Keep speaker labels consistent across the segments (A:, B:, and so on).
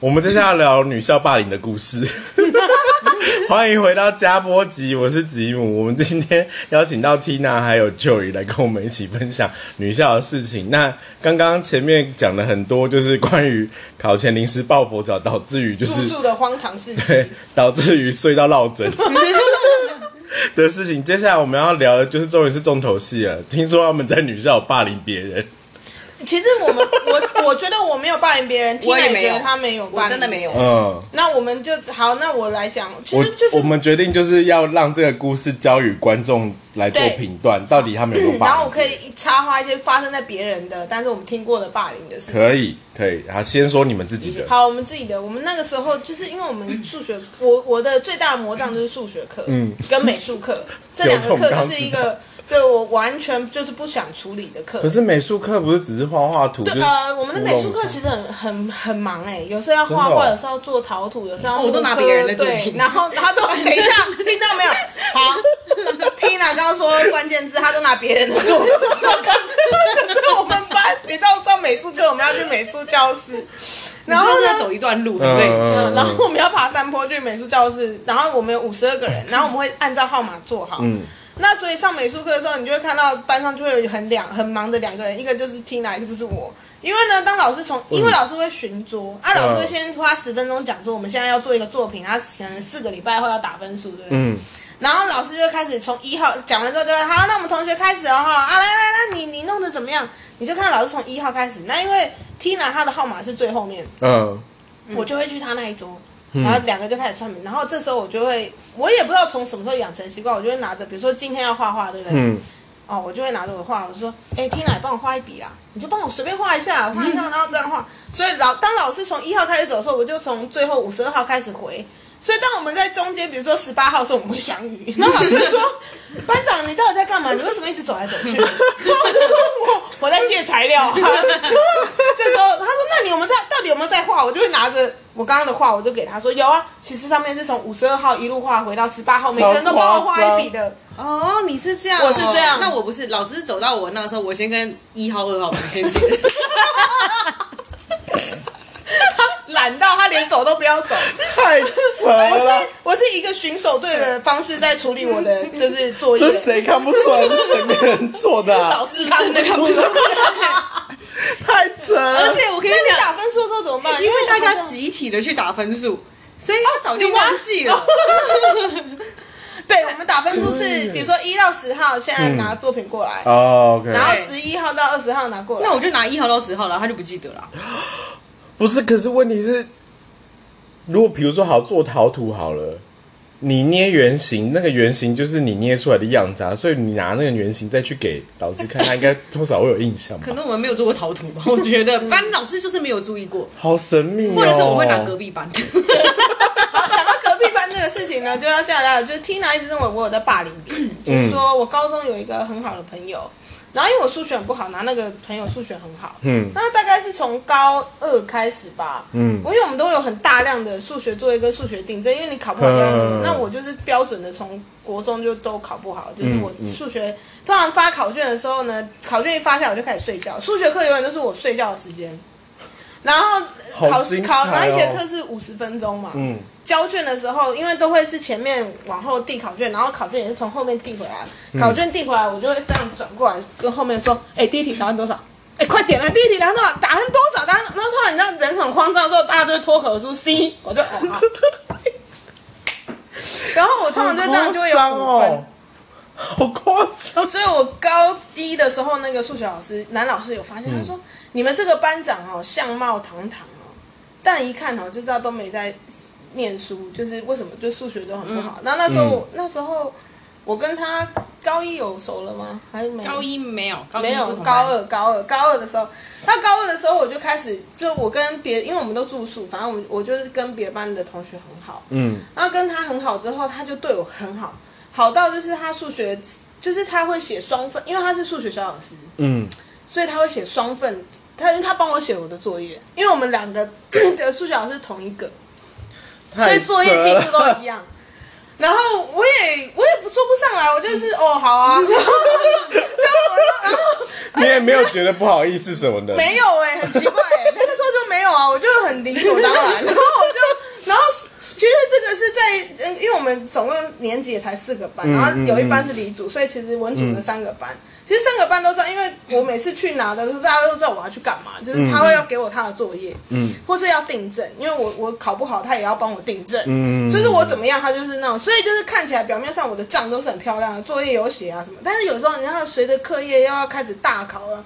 A: 我们接下来聊女校霸凌的故事。 欢迎回到加波集，我是吉姆。我们今天邀请到 Tina 还有 Joy 来跟我们一起分享女校的事情。那刚刚前面讲了很多，就是关于考前临时抱佛脚，导致于就
B: 住
A: 是
B: 宿的荒唐事情。
A: 对，导致于睡到落枕的事情。接下来我们要聊的就是终于是重头戏了。听说他们在女校有霸凌别人，
B: 其实我们我我觉得我没有霸凌别人，听
C: 我也
B: 也
C: 没有
B: 觉得他没有霸
C: 我
B: 凌，
C: 真的没。有。
A: 嗯。
B: 那我们就好，那我来讲，其
A: 我
B: 实就是
A: 我们决定就是要让这个故事交予观众来做
B: 对
A: 评断，到底他们有 没有霸
B: 然
A: 凌？
B: 后我可以插花一些发生在别人的，但是我们听过的霸凌的事情。
A: 可以可以，好，先说你们自己的。
B: 好，我们自己的，我们那个时候就是因为我们数学，我我的最大的魔障就是数学课，嗯，跟美术课这两个课就是
A: 有
B: 一
A: 这种
B: 个对我完全就是不想处理的课。
A: 可是美术课不是只是画画图？就
B: 对，
A: 是
B: 呃，我们的美术
A: 乌
B: 课
A: 龙
B: 其实很很很忙哎、有时候要
A: 真的
B: 画
A: 哦
B: 画，有时候要做陶土，有时候要
C: 哦我都
B: 木
C: 拿
B: 刻
C: 别人的作
B: 对
C: 品，
B: 然后他 都等一下，听到没有？好，Tina 刚刚说关键字，他都拿别人的 作品，这是我们班，你知道上美术课我们要去美术教室，然后
C: 就是
B: 呢
C: 要？走一段路，对不对？
A: 嗯嗯
B: 然后
A: 嗯
B: 我们要爬山坡去美术教室，然后我们有五十二个人，然后我们会按照号码坐好。
A: 嗯
B: 那所以上美术课的时候，你就会看到班上就会有很两很忙的两个人，一个就是 Tina，一个就是我。因为呢，当老师从
A: 嗯
B: 因为老师会巡桌啊，老师会先花十分钟讲说我们现在要做一个作品，他啊可能四个礼拜后要打分数，对不对？
A: 嗯，
B: 然后老师就开始从一号讲完之后就说好，那我们同学开始哦哈啊，来来来，你你弄得怎么样？你就看老师从一号开始。那因为 Tina 她的号码是最后面，呃
A: 嗯
B: 我就会去他那一桌，然后两个就开始串门，然后这时候我就会，我也不知道从什么时候养成习惯，我就会拿着，比如说今天要画画，对不对？
A: 嗯，
B: 哦，我就会拿着我的画，我说，哎、缇娜，你帮我画一笔啦，你就帮我随便画一下，画一下，然后这样画。所以老当老师从一号开始走的时候，我就从最后五十二号开始回。所以当我们在中间，比如说十八号的时候，我们会相遇。然后老师就说：“班长，你到底在干嘛？你为什么一直走来走去？”然后我就说：“我我在借材料啊。”这时候他说：“那你有没有在？到底有没有在画？”我就会拿着我刚刚的画，我就给他说：“有啊，其实上面是从五十二号一路画回到十八号，每个人都帮我画一笔的。”
C: 哦，你是这样哦，
B: 我是这样
C: 那我不是，老师走到我那时候，我先跟一号、二号我们先 见。
B: 懒到他连走都不要走。
A: 太扯
B: 我
A: 了
B: 是！我是一个巡守队的方式在处理我的就是作业
A: 这。谁看不出来是成年人做的啊、
B: 老师真的看不出来，
A: 太扯了！
C: 而且我跟你
B: 那你
C: 讲，
B: 打分数的时候怎么办？
C: 因为大
B: 我
C: 家
B: 好像
C: 集体的去打分数，所以他早就
B: 哦你
C: 忘记了。
B: 对，我们打分数是比如说一到十号，现在拿作品过来，
A: 哦，OK、o
B: 然后
A: k
B: 十一号到二十号拿过来
C: 那。我就拿一号到十号了，他就不记得了。
A: 不是，可是问题是，如果比如说好做陶土好了，你捏圆形，那个圆形就是你捏出来的样子啊，所以你拿那个圆形再去给老师看，他应该多少会有印象
C: 可
A: 吧？
C: 能我们没有做过陶土吧，我觉得，反正老师就是没有注意过，
A: 好神秘哦！
C: 或者是我会拿隔壁班。
B: 好，讲到隔壁班这个事情呢，就要下来了。就是 Tina 一直认为我有在霸凌别人，
A: 嗯
B: 就是说我高中有一个很好的朋友，然后因为我数学很不好，拿那个朋友数学很好，
A: 嗯
B: 那大概是从高二开始吧，嗯，因为我们都有很大量的数学作业跟数学订正，因为你考不好这样子，
A: 嗯
B: 那我就是标准的从。国中就都考不好，
A: 嗯
B: 就是我数学、通常发考卷的时候呢，考卷一发下我就开始睡觉，数学课永远都是我睡觉的时间。然后
A: 好
B: 考试
A: 精
B: 考
A: 彩
B: 然后一节
A: 哦
B: 课是五十分钟嘛，
A: 嗯
B: 交卷的时候，因为都会是前面往后递考卷，然后考卷也是从后面递回
A: 嗯
B: 来。考卷递回来，我就会这样转过来跟后面说：“哎、第一题答案多少？哎、快点啊！第一题答案多少？答案多少？答案。”然后突然你知道人很慌张的时候，大家就会脱口而出 C，我就哦好。 然后我通常就这样就会有
A: 好夸张
B: 五分
A: 哦。，好夸张！
B: 所以我高一的时候，那个数学老师男老师有发现，他说、你们这个班长哦，相貌堂堂哦，但一看哦就知道都没在念书，就是为什么就数学都很不好。那、那时候、那时候我跟他高一有熟了吗？还没
C: 高一没有，高一
B: 没有
C: 不同班
B: 高二，高二，高二的时候，那高二的时候我就开始，就我跟别，因为我们都住宿，反正我们我就是跟别班的同学很好，
A: 嗯，
B: 然后跟他很好之后，他就对我很好，好到就是他数学，就是他会写双份，因为他是数学小老师，
A: 嗯，
B: 所以他会写双份，他因为他帮我写我的作业，因为我们两个 的数学老师是同一个，所
A: 所
B: 以作业进度都一样。然后我也我也不说不上来，我就是哦好啊， 然后就我就然后
A: 你也没有 觉得不好意思什么的，
B: 欸没有哎、很奇怪、欸，那个时候就没有啊，我就很理所当然。然后们总共年级也才四个班，
A: 嗯
B: 然后有一班是理组，所以其实文组的三个班，其实三个班都知道，因为我每次去拿的时候，大家都知道我要去干嘛，就是
A: 嗯
B: 他会要给我他的作业，嗯，或是要订正，因为我我考不好，他也要帮我订正，
A: 嗯
B: 所以说我怎么样，他就是那种，所以就是看起来表面上我的账都是很漂亮的，作业有写啊什么，但是有时候你看随着课业又要开始大考了。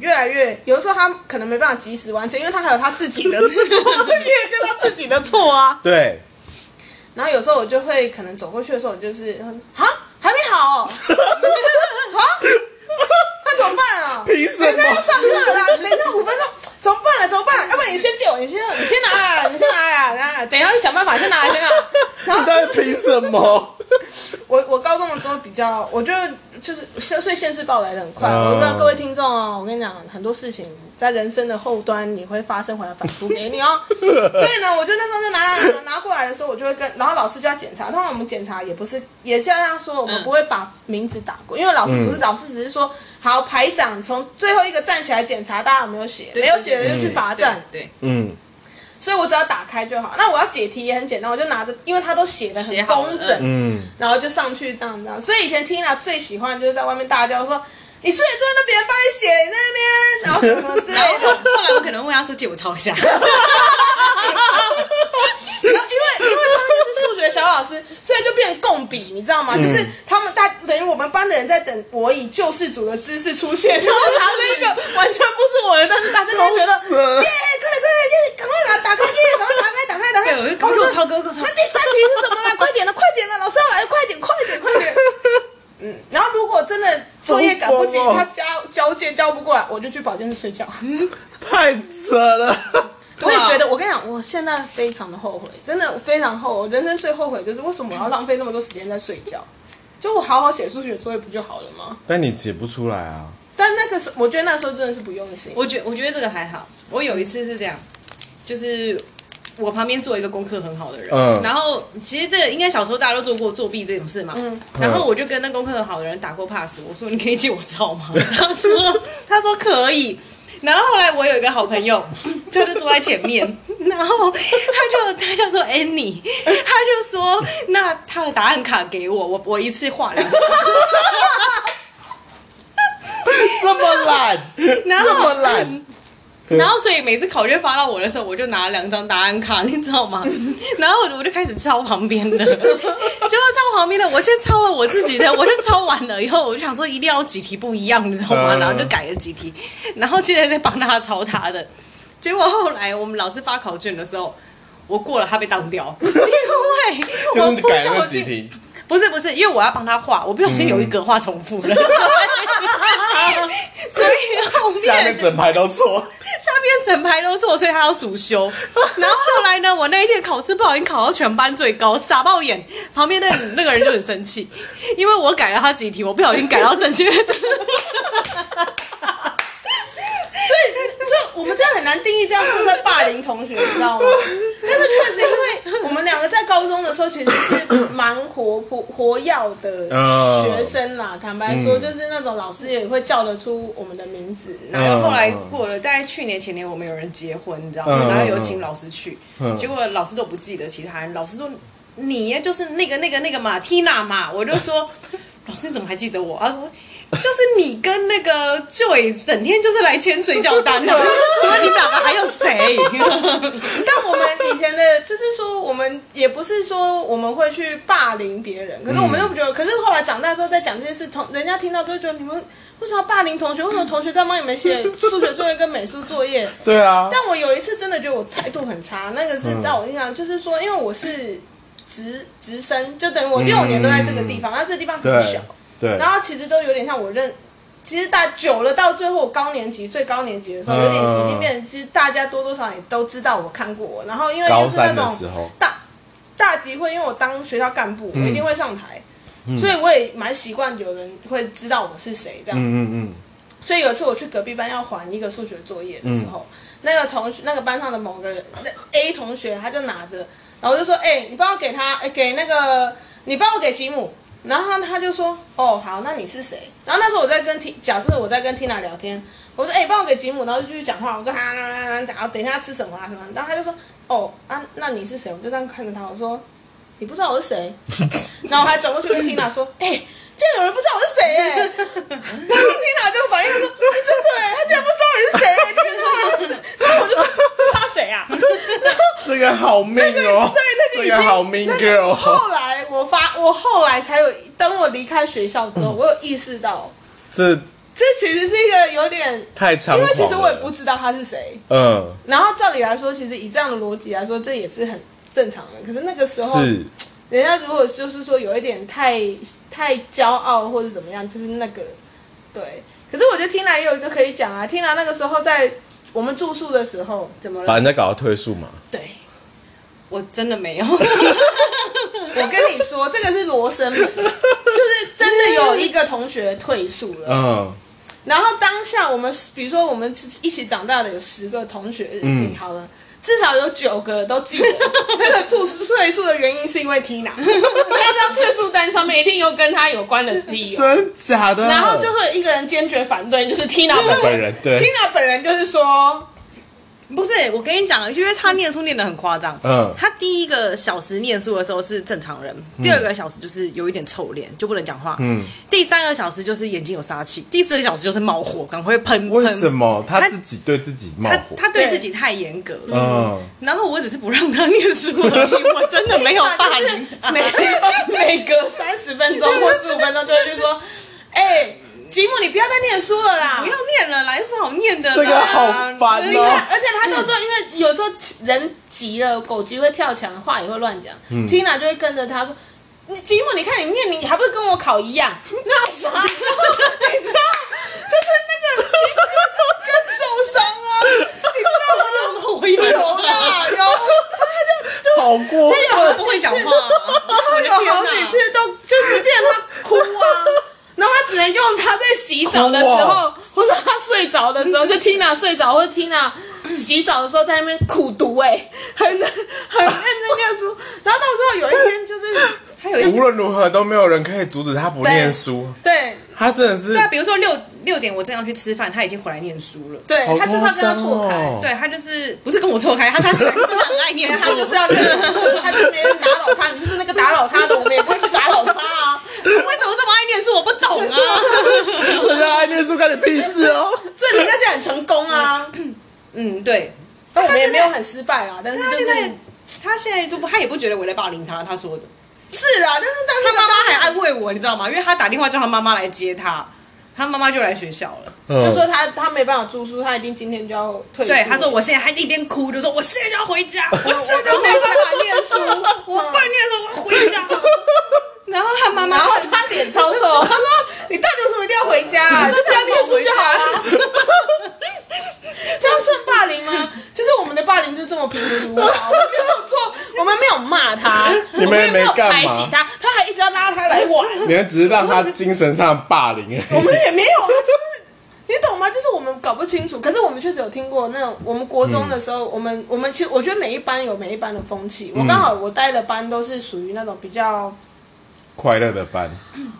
B: 越来越，有的时候他可能没办法及时完成，因为他还有他自己的 作业 跟他自己的错啊。
A: 对，
B: 然后有时候我就会可能走过去的时候，我就是啊，还没好、哦， 啊，那怎么办啊？
A: 凭什么
B: 等一下要上课啦，等一下五分钟，怎么办啊？怎么办啊？要不然你先借我，你先你先拿呀，你先拿呀，拿，啊等一下想办法先拿，先拿。然
A: 你
B: 后
A: 到底凭什么？
B: 我我高中的时候比较，我就就是所以现世报来的很快。
A: 哦
B: 我跟各位听众哦，我跟你讲，很多事情在人生的后端你会发生回来反扑给你哦。所以呢，我就那时候就拿拿拿拿过来的时候，我就会跟，然后老师就要检查。通常我们检查也不是，也像他说，我们
C: 嗯
B: 不会把名字打过，因为老师不是老师，只是说好排长从最后一个站起来检查大家有没有写，
C: 对
B: 没有写的就去罚站。
C: 对，
A: 嗯，
B: 所以我只要打开就好。那我要解题也很简单，我就拿着，因为他都写的
C: 写
B: 很
C: 好了
B: 工整，
A: 嗯
B: 然后就上去这样子啊。所以以前 Tina 最喜欢就是在外面大叫说：“你睡也坐在那边，帮你写你在那边，然后什么什么之
C: 然后
B: 类的。”
C: 后来我可能问他说借我抄一下，
B: 然后因为因为他们是数学小老师，所以就变共笔，你知道吗？就是他们大等于我们班的人在等我以救世主的姿势出现，然后拿着一个完全不是我的，但是大家都会觉得耶，快
A: 是
B: 点快点，耶，赶快拿打开耶，赶快打开打开打开，
C: 对，我 就给我抄，给我抄
B: 那。第三题是怎么了？快点了，快点了，老师要来，快点，快点，快点。嗯，然后如果真的作业赶不及，
A: 好疯哦
B: 他交交接交不过来，我就去保健室睡觉。
A: 太扯了。
B: 我
C: 嗯对
B: 也
C: 啊
B: 觉得，我跟你讲，我现在非常的后悔，真的非常后悔。我人生最后悔就是为什么我要浪费那么多时间在睡觉？就我好好写数学作业不就好了吗？
A: 但你解不出来啊。
B: 但那个时候，我觉得那时候真的是不用心。
C: 我觉我觉得这个还好。我有一次是这样，就是我旁边坐一个功课很好的人，
A: 嗯
C: 然后其实这个应该小时候大家都做过作弊这种事嘛，
B: 嗯
C: 然后我就跟那功课很好的人打过 pass，我说你可以借我抄吗？他说他说可以。然后后来我有一个好朋友，他就坐在前面，然后他就他就说 Annie，他就说那他的答案卡给我，我我一次画两张
A: 这么懒，
C: 然后
A: 这么
B: 嗯
A: 懒，
C: 然后，所以每次考卷发到我的时候，我就拿两张答案卡，你知道吗？ 然后我就我就开始抄旁边 的，结果抄旁边的，我先抄了我自己的，我就抄完了以后，我就想说一定要几题不一样，你知道吗？
A: 嗯
C: 然后就改了几题，然后现在在帮他抄他的。结果后来我们老师发考卷的时候，我过了，他被当 掉，因为
A: 就
C: 我
A: 是
C: 不
A: 改了
C: 小
A: 那几
C: 心。
A: 题。
C: 不是不是，因为我要帮他画，我不小心有一格画重复 了，所以后面
A: 下面整排都 错，
C: 下面整排都错，所以他要暑修。然后后来呢，我那一天考试不小心考到全班最高，傻爆眼。旁边那那个人就很生气，因为我改了他几题，我不小心改到正确的。
B: 所以，就我们真的很难定义这样是不是在霸凌同学，你知道吗？但是确实，因为我们两个在高中的时候其实是蛮活泼、活跃的学生啦。坦白说，就是那种老师也会叫得出我们的名字。
C: 然后后来过了，大概去年前年我们有人结婚，你知道吗？
A: 嗯
C: 然后有请老师去
A: 嗯，
C: 结果老师都不记得其他人，老师说你呀就是那个那个那个嘛，Tina 嘛，我就说。老师，你怎么还记得我？他说，就是你跟那个 Joy 整天就是来签水饺单的，我就说除了你们两个还有谁？
B: 但我们以前的，就是说，我们也不是说我们会去霸凌别人，可是我们又不觉得。可是后来长大之后再讲这件事，同人家听到都会觉得你们为什么要霸凌同学？为什么同学在帮你们写数学作业跟美术作业？
A: 对 啊，
B: 但我有一次真的觉得我态度很差，那个是
A: 嗯
B: 让我印象，就是说，因为我是直直升，就等于我六年都在这个地方，那、这个地方很小
A: 嗯对，对
B: 然，后其实都有点像我认，其实大久了到最后我高年级最高年级的时候，
A: 嗯
B: 有点习近变，其实大家多多少少也都知道我看过我，然后因为
A: 高
B: 又是那
A: 三的时
B: 种
A: 候，嗯
B: 大大集会，因为我当学校干部，我一定会上台。所以我也蛮习惯有人会知道我是谁这样，
A: 嗯嗯
B: 所以有一次我去隔壁班要还一个数学作业的时候，那个同学那个班上的某个人那 A 同学，他就拿着，然后我就说：“哎、你帮我给他，哎给那个，你帮我给吉姆。”然后他就说：“哦，好，那你是谁？”然后那时候我在跟 T，假设我在跟 Tina 聊天，我说：“哎、帮我给吉姆。”然后就继续讲话，我说：“啊，然后等一下吃什么啊什么。”然后他就说：“哦啊，那你是谁？”我就这样看着他，我说：“你不知道我是谁？
A: 嗯
B: 然后我还走过去跟 Tina 说，哎、竟然有人不知道我是谁哎、 然后 Tina 就反应说，真的哎、他居然不知道你是谁，我就不知道他是，然后我就说他谁啊？
A: 这个好命哦，
B: 对，那个已
A: 这
B: 经
A: 个好哦命
B: 那个哦
A: girl，
B: 后来我发，我后来才有，当我离开学校之
A: 嗯
B: 后，我有意识到，
A: 这
B: 这其实是一个有点，
A: 太猖狂
B: 因
A: 了。
B: 为其实我也不知道他是谁。
A: 嗯，
B: 然后照理来说，其实以这样的逻辑来说，这也是很正常的。可是那个时候，
A: 是
B: 人家如果就是说有一点太太骄傲或者怎么样，就是那个对。可是我觉得听来也有一个可以讲啊，听来那个时候在我们住宿的时候，
C: 怎么
A: 把
C: 了？
A: 人家搞到退宿嘛。
B: 对
C: 我真的没 有。
B: 我跟你说，这个是罗生门，就是真的有一个同学退宿了。
A: 嗯
B: 然后当下我们，比如说我们一起长大的有十个同学，嗯，好了，至少有九个都记得那个退宿退宿的原因是因为 Tina，大家 知道退宿单上面一定有跟他有关的理由，
A: 真假的？
B: 然后就会有一个人坚决反对，就是 Tina
A: 哦本
B: 本人
A: 人对，
B: ，Tina 本人就是说，
C: 不是，我跟你讲，因为他念书念得很夸张。
A: 嗯
C: 他第一个小时念书的时候是正常人，第二个小时就是有一点臭脸，就不能讲话。
A: 嗯，
C: 第三个小时就是眼睛有杀气，第四个小时就是冒火，赶快喷。
A: 为
C: 喷
A: 什？么他
C: 他
A: 自己对自己冒
C: 他
A: 火？
C: 他对
B: 对
C: 自己太严格了。
A: 嗯，
C: 然后我只是不让他念书而 已，我真的啊没有霸凌他。
B: 每每隔三十分钟或十五分钟就会去说，哎、吉姆，你不要再念书了啦，
C: 不要念了啦，有什么好念的啦？
A: 这个好烦
B: 你看
A: 哦，
B: 而且他就说，因为有时候人急了，狗急会跳墙，话也会乱讲。Tina 就会跟着他说：“你吉姆，你看你念，你还不是跟我考一样？那啥，然后你知道，就是那个吉姆就跟受伤啊，你知
C: 然后我有
B: 道吗？有啦，
A: 啊
B: 有，
A: 好过
C: 他
A: 分，
C: 有不会讲话、啊，我的
B: 他 有
C: 天
B: 好
C: 哪
B: 几次都就是变他哭啊。”然后他只能用他在洗澡的时候，
A: 哭
B: 或者他睡着的时候，就 Tina 睡着，或者 Tina 洗澡的时候在那边苦读、哎，很很认真念书。然后到时候有一天就是
C: 他有一
A: 无论如何都没有人可以阻止他不念书。
B: 对
A: 他真的是
C: 对啊，比如说六六点我正要去吃饭，他已经回来念书了。
B: 对，
A: 好
B: 他就是要
A: 夸
B: 跟他
A: 张
B: 错开，
A: 哦。
C: 对他就是不是跟我错开，他他真的很爱念
B: 但
C: 书，
B: 他就是要跟他错开，他就别人打扰他，你就是那个打扰他的，我们也不会去打扰他啊。
C: 为什么这么爱念书，我不懂 啊。
A: 人家爱念书干你屁事哦！
B: 所以人家现在很成功啊，
C: 嗯，对，
B: 但我们也没有很失败啊，但是
C: 他
B: 就
C: 现在
B: 是。
C: 他现在都不，他也不觉得我在霸凌他，他说的。
B: 是啦，但是但是
C: 他妈妈还安慰我，你知道吗？因为他打电话叫他妈妈来接他，他妈妈就来学校了。
B: 就说
A: 嗯，
B: 他他没办法住宿，他一定今天就要退宿
C: 对，他说我现在还一边哭，就说我现在就要回家，我现在就要
B: 我没
C: 回
B: 办
C: 家，
B: 法念书，
C: 我不然念说我要 回家。然后他妈妈
B: 然后他脸超臭，他说：“你到底为什么一定要回家、啊？你就不要念书就好了。”这样算霸凌吗？就是我们的霸凌就是这么平俗啊，我们没有做，我们没有骂他，
A: 你们
B: 我
A: 也
B: 没
A: 没
B: 有
A: 干嘛
B: 排挤他，他还一直要拉他来玩，
A: 你们只是让他精神上的霸凌
B: 我
A: 而
B: 们
A: 已。
B: 也没有啊，就是。你懂吗？就是我们搞不清楚，可是我们确实有听过那种，我们国中的时候，我们我们其实我觉得每一班有每一班的风气。我刚好我待的班都是属于那种比较
A: 快乐的班，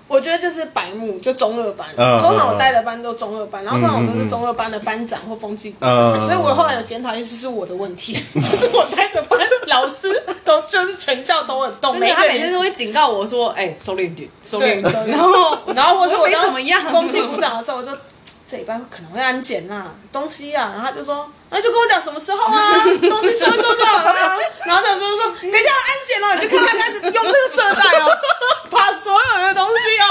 B: 我觉得就是白目，就中二班，
A: 嗯
B: 通常我带的班都中二班，然后通常我都是中二班的班长或风纪股
A: 嗯
B: 长，所以我后来有检讨，意思是我的问题， 就是我带的班老师都就是全校都很动，
C: 真的，
B: 每
C: 他
B: 个
C: 哦每天
B: 人
C: 都会警告我说：“哎、收敛点，收敛
B: 对，
C: 点。”
B: 然
C: 然后
B: 后 然后或者
C: 我
B: 我
C: 没
B: 当
C: 怎么样
B: 风纪股长的时候，我就这礼拜可能会安检啦，东西啊，然后他就说。那就跟我讲什么时候啊，东西收一收就好了、啊。然后他就说，等一下要安检哦了，你就看他开始用垃圾袋哦，把所有的东西哦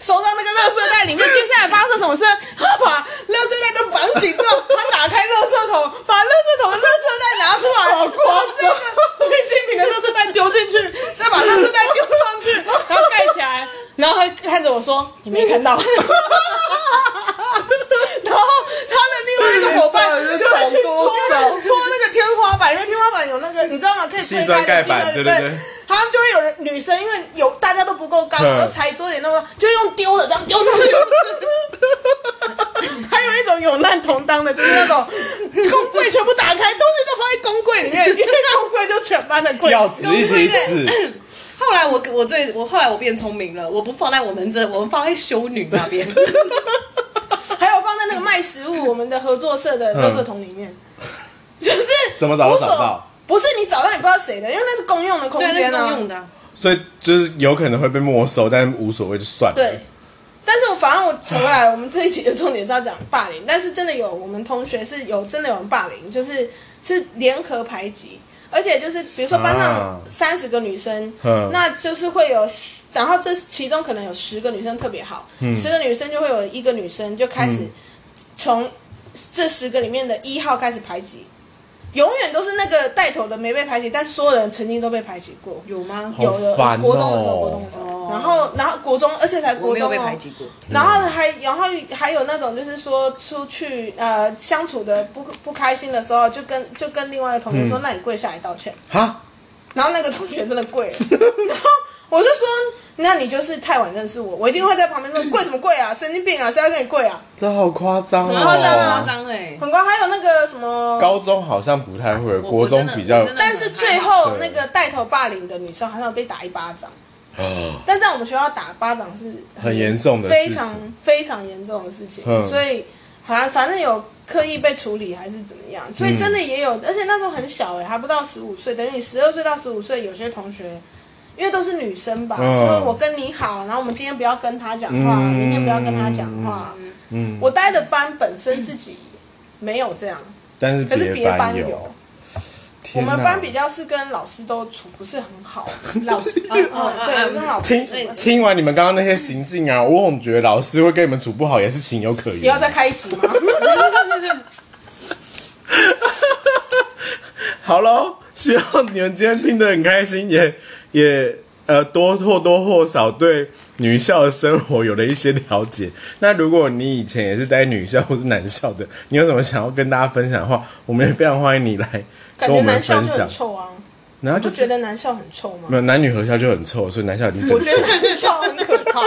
B: 收到那个垃圾袋里面。接下来发生什么事？他把垃圾袋都绑紧之后，他打开垃圾桶，把垃圾桶的垃圾袋拿出来，
A: 好夸张
B: 把这个废弃品的垃圾袋丢进去，再把垃圾袋丢上去，然后盖起来，然后他看着我说：“你没看到。”然后他的另外一个伙伴就会去搓搓那个天花板，因为天花板有那个你知道吗？可以推
A: 细酸盖
B: 开的
A: 板
B: 细
A: 对
B: 酸
A: 对对
B: 对。他们就会有人女生，因为有大家都不够高，
A: 嗯
B: 然后踩桌也那么高，就用丢的这样丢上去。 还有一种有难同当的，就是那种 公柜全部打开，东西都放在公柜里面，因为公柜就全班的柜。
A: 要死一起死，
C: 后来我我最我后来我变聪明了，我不放在我们这，我们放在修女那 边。
B: 啊还有放在那个卖食物，我们的合作社的垃圾桶里面， 就是
A: 嗯怎么找都
B: 无所
A: 找不到。
B: 不是你找到你不知道谁的，因为那是公用的空
C: 对，那
B: 间
C: 是
B: 啊。
C: 公用的啊。
A: 所以就是有可能会被没收，但是无所谓就算了。
B: 对，但是我反正我扯回来，我们这一集的重点是要讲霸凌，但是真的有我们同学是有真的有人霸凌，就是是联合排挤，而且就是比如说班上
A: 啊
B: 三十个女生，
A: 嗯
B: 那就是会有，然后这其中可能有十个女生特别好，十个女生就会有一个女生就开始从这十个里面的一号开始排挤。永远都是那个带头的没被排挤，但所有人曾经都被排挤过。
C: 有吗？
B: 有有有
A: 好烦哦
B: 国中的时候，国中的时候，然后然后国中，而且才
C: 哦我
B: 国
C: 没有
B: 中哦
C: 被排。挤过。
B: 然后还然后还有那种就是说出去呃相处的不不开心的时候，就跟就跟另外一个同学
A: 嗯
B: 说，那你跪下来道歉。
A: 哈，
B: 然后那个同学真的跪了，然后我就说，那你就是太晚认识我，我一定会在旁边说跪什么跪啊，神经病啊，谁要跟你跪啊？
A: 这好夸张哦！
B: 夸张
C: 夸
B: 啊
C: 张哎！
B: 很乖，还有那个什么。
A: 高中好像不太会，
C: 我
A: 国中比较
C: 我真的
B: 但是最后
A: 对
B: 那个带头霸凌的女生好像被打一巴掌，
A: 嗯
B: 但在我们学校打巴掌是
A: 很严重的
B: 非
A: 事
B: 常
A: 情。
B: 非常严重的事情，
A: 嗯
B: 所以好像反正有刻意被处理还是怎么样，所以真的也有，而且那时候很小哎、还不到十五岁，等于你十二岁到十五岁，有些同学因为都是女生吧，
A: 嗯
B: 说我跟你好，然后我们今天不要跟他讲话，
A: 嗯
B: 明天不要跟他讲话。
A: 嗯，
B: 我待的班本身自己没有这样，
A: 但是
B: 可是别
A: 班
B: 班有。我
A: 天
B: 们
A: 哪
B: 班比较是跟老师都处不是很 好，
C: 老师，哦
B: 哦，对，跟老师
A: 听
B: 处不
A: 听完你们刚刚那些行径啊，我总觉得老师会跟你们处不好也是情有可原。
B: 不要再开一集 吗？
A: 好喽，希望你们今天听得很开心，也也呃多或多或少对女校的生活有了一些了解。那如果你以前也是在女校或是男校的，你有什么想要跟大家分享的话，我们也非常欢迎你来
B: 感
A: 跟我
B: 觉
A: 们
B: 男校
A: 分
B: 就
A: 享
B: 很。臭啊，
A: 然后
B: 你不
A: 就
B: 觉
A: 是
B: 得男校很臭吗
A: 没？有男女合校就很臭，所以男校已经
B: 我
A: 更
B: 觉
A: 臭
B: 得。男校很可 怕，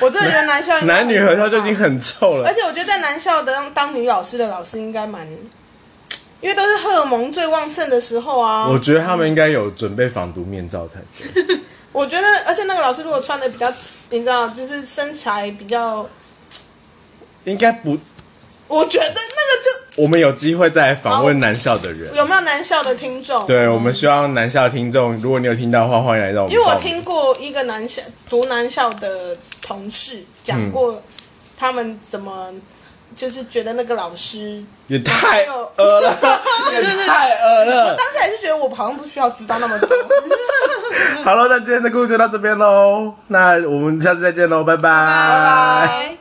B: 我真的觉得男校应该
A: 男女合校就已经
B: 很可
A: 很臭
B: 怕，而
A: 了。
B: 且我觉得在男校的当当女老师的老师应该蛮，因为都是荷尔蒙最旺盛的时候啊。
A: 我
B: 我
A: 觉得他们应该有准备防毒面罩才对。
B: 觉得，而且那个老师如果穿的比较，你知道，就是身材比较，
A: 应该不，
B: 我觉得那
A: 我们有机会再来访
B: 哦
A: 问男校的人
B: 个就。有没有男校的听众？，
A: 对，我们希望南校的听众，如果你有听到的话，欢迎来到我们。
B: 因为我听过一个男校读男校的同事讲过，他们怎么就是觉得那个老师
A: 也太恶 了，也太恶了。
B: 当时还是觉得我好像不需要知道那么多。
A: 好了，那
C: 哎
A: 今天的故事就到这边喽，那我们下次再见喽，拜拜
C: 拜。